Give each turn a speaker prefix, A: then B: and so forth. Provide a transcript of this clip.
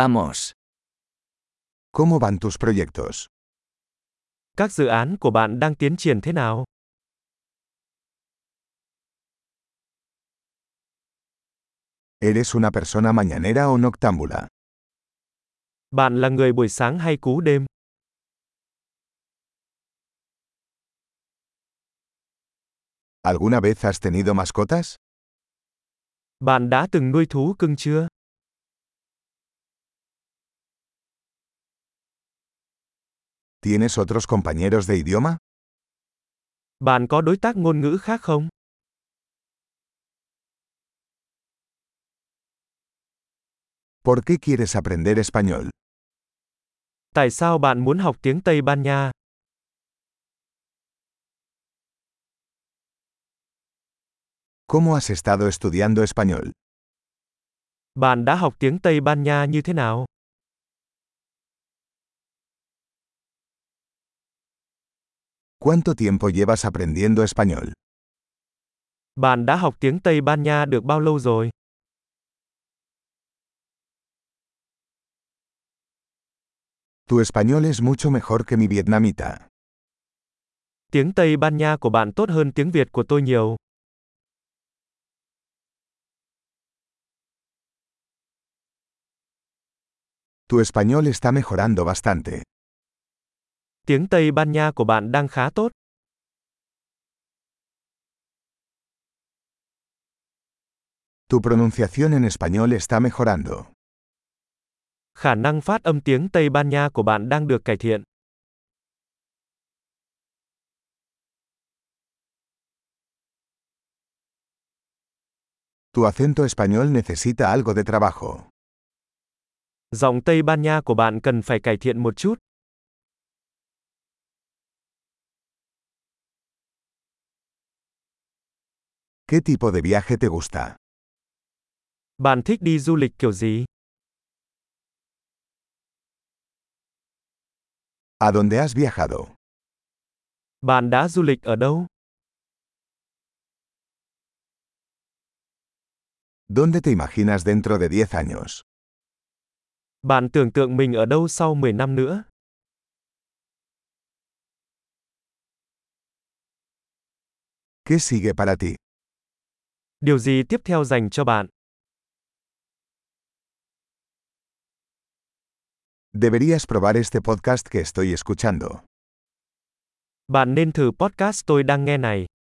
A: Vamos.
B: ¿Cómo van tus proyectos?
C: Các dự án của bạn đang tiến triển thế nào?
B: ¿Eres una persona mañanera o noctámbula?
C: Bạn là người buổi sáng hay cú đêm?
B: ¿Alguna vez has tenido mascotas?
C: Bạn đã từng nuôi thú cưng chưa?
B: ¿Tienes otros compañeros de idioma?
C: Bạn có đối tác ngôn ngữ khác không?
B: ¿Por qué quieres aprender español?
C: Tại sao bạn muốn học tiếng Tây Ban Nha?
B: ¿Cómo has estado estudiando español?
C: Bạn đã học tiếng Tây Ban Nha như thế nào?
B: ¿Cuánto tiempo llevas aprendiendo español?
C: Bạn đã học tiếng Tây Ban Nha được bao lâu rồi?
B: Tu español es mucho mejor que mi vietnamita.
C: Tiếng Tây Ban Nha của bạn tốt hơn tiếng Việt của tôi nhiều.
B: Tu español está mejorando bastante.
C: Tiếng Tây Ban Nha của bạn đang khá tốt.
B: Tu pronunciación en español está mejorando.
C: Khả năng phát âm tiếng Tây Ban Nha của bạn đang được cải thiện.
B: Tu acento español necesita algo de trabajo.
C: Giọng Tây Ban Nha của bạn cần phải cải thiện một chút.
B: ¿Qué tipo de viaje te gusta?
C: Bạn thích đi du lịch kiểu gì?
B: ¿A dónde has viajado?
C: Bạn đã du lịch ở đâu?
B: ¿Dónde te imaginas dentro de 10 años?
C: Bạn tưởng tượng mình ở đâu sau 10 năm nữa?
B: ¿Qué sigue para ti?
C: Điều gì tiếp theo dành cho bạn?
B: Deberías probar este podcast que estoy escuchando.
C: Bạn nên thử podcast tôi đang nghe này.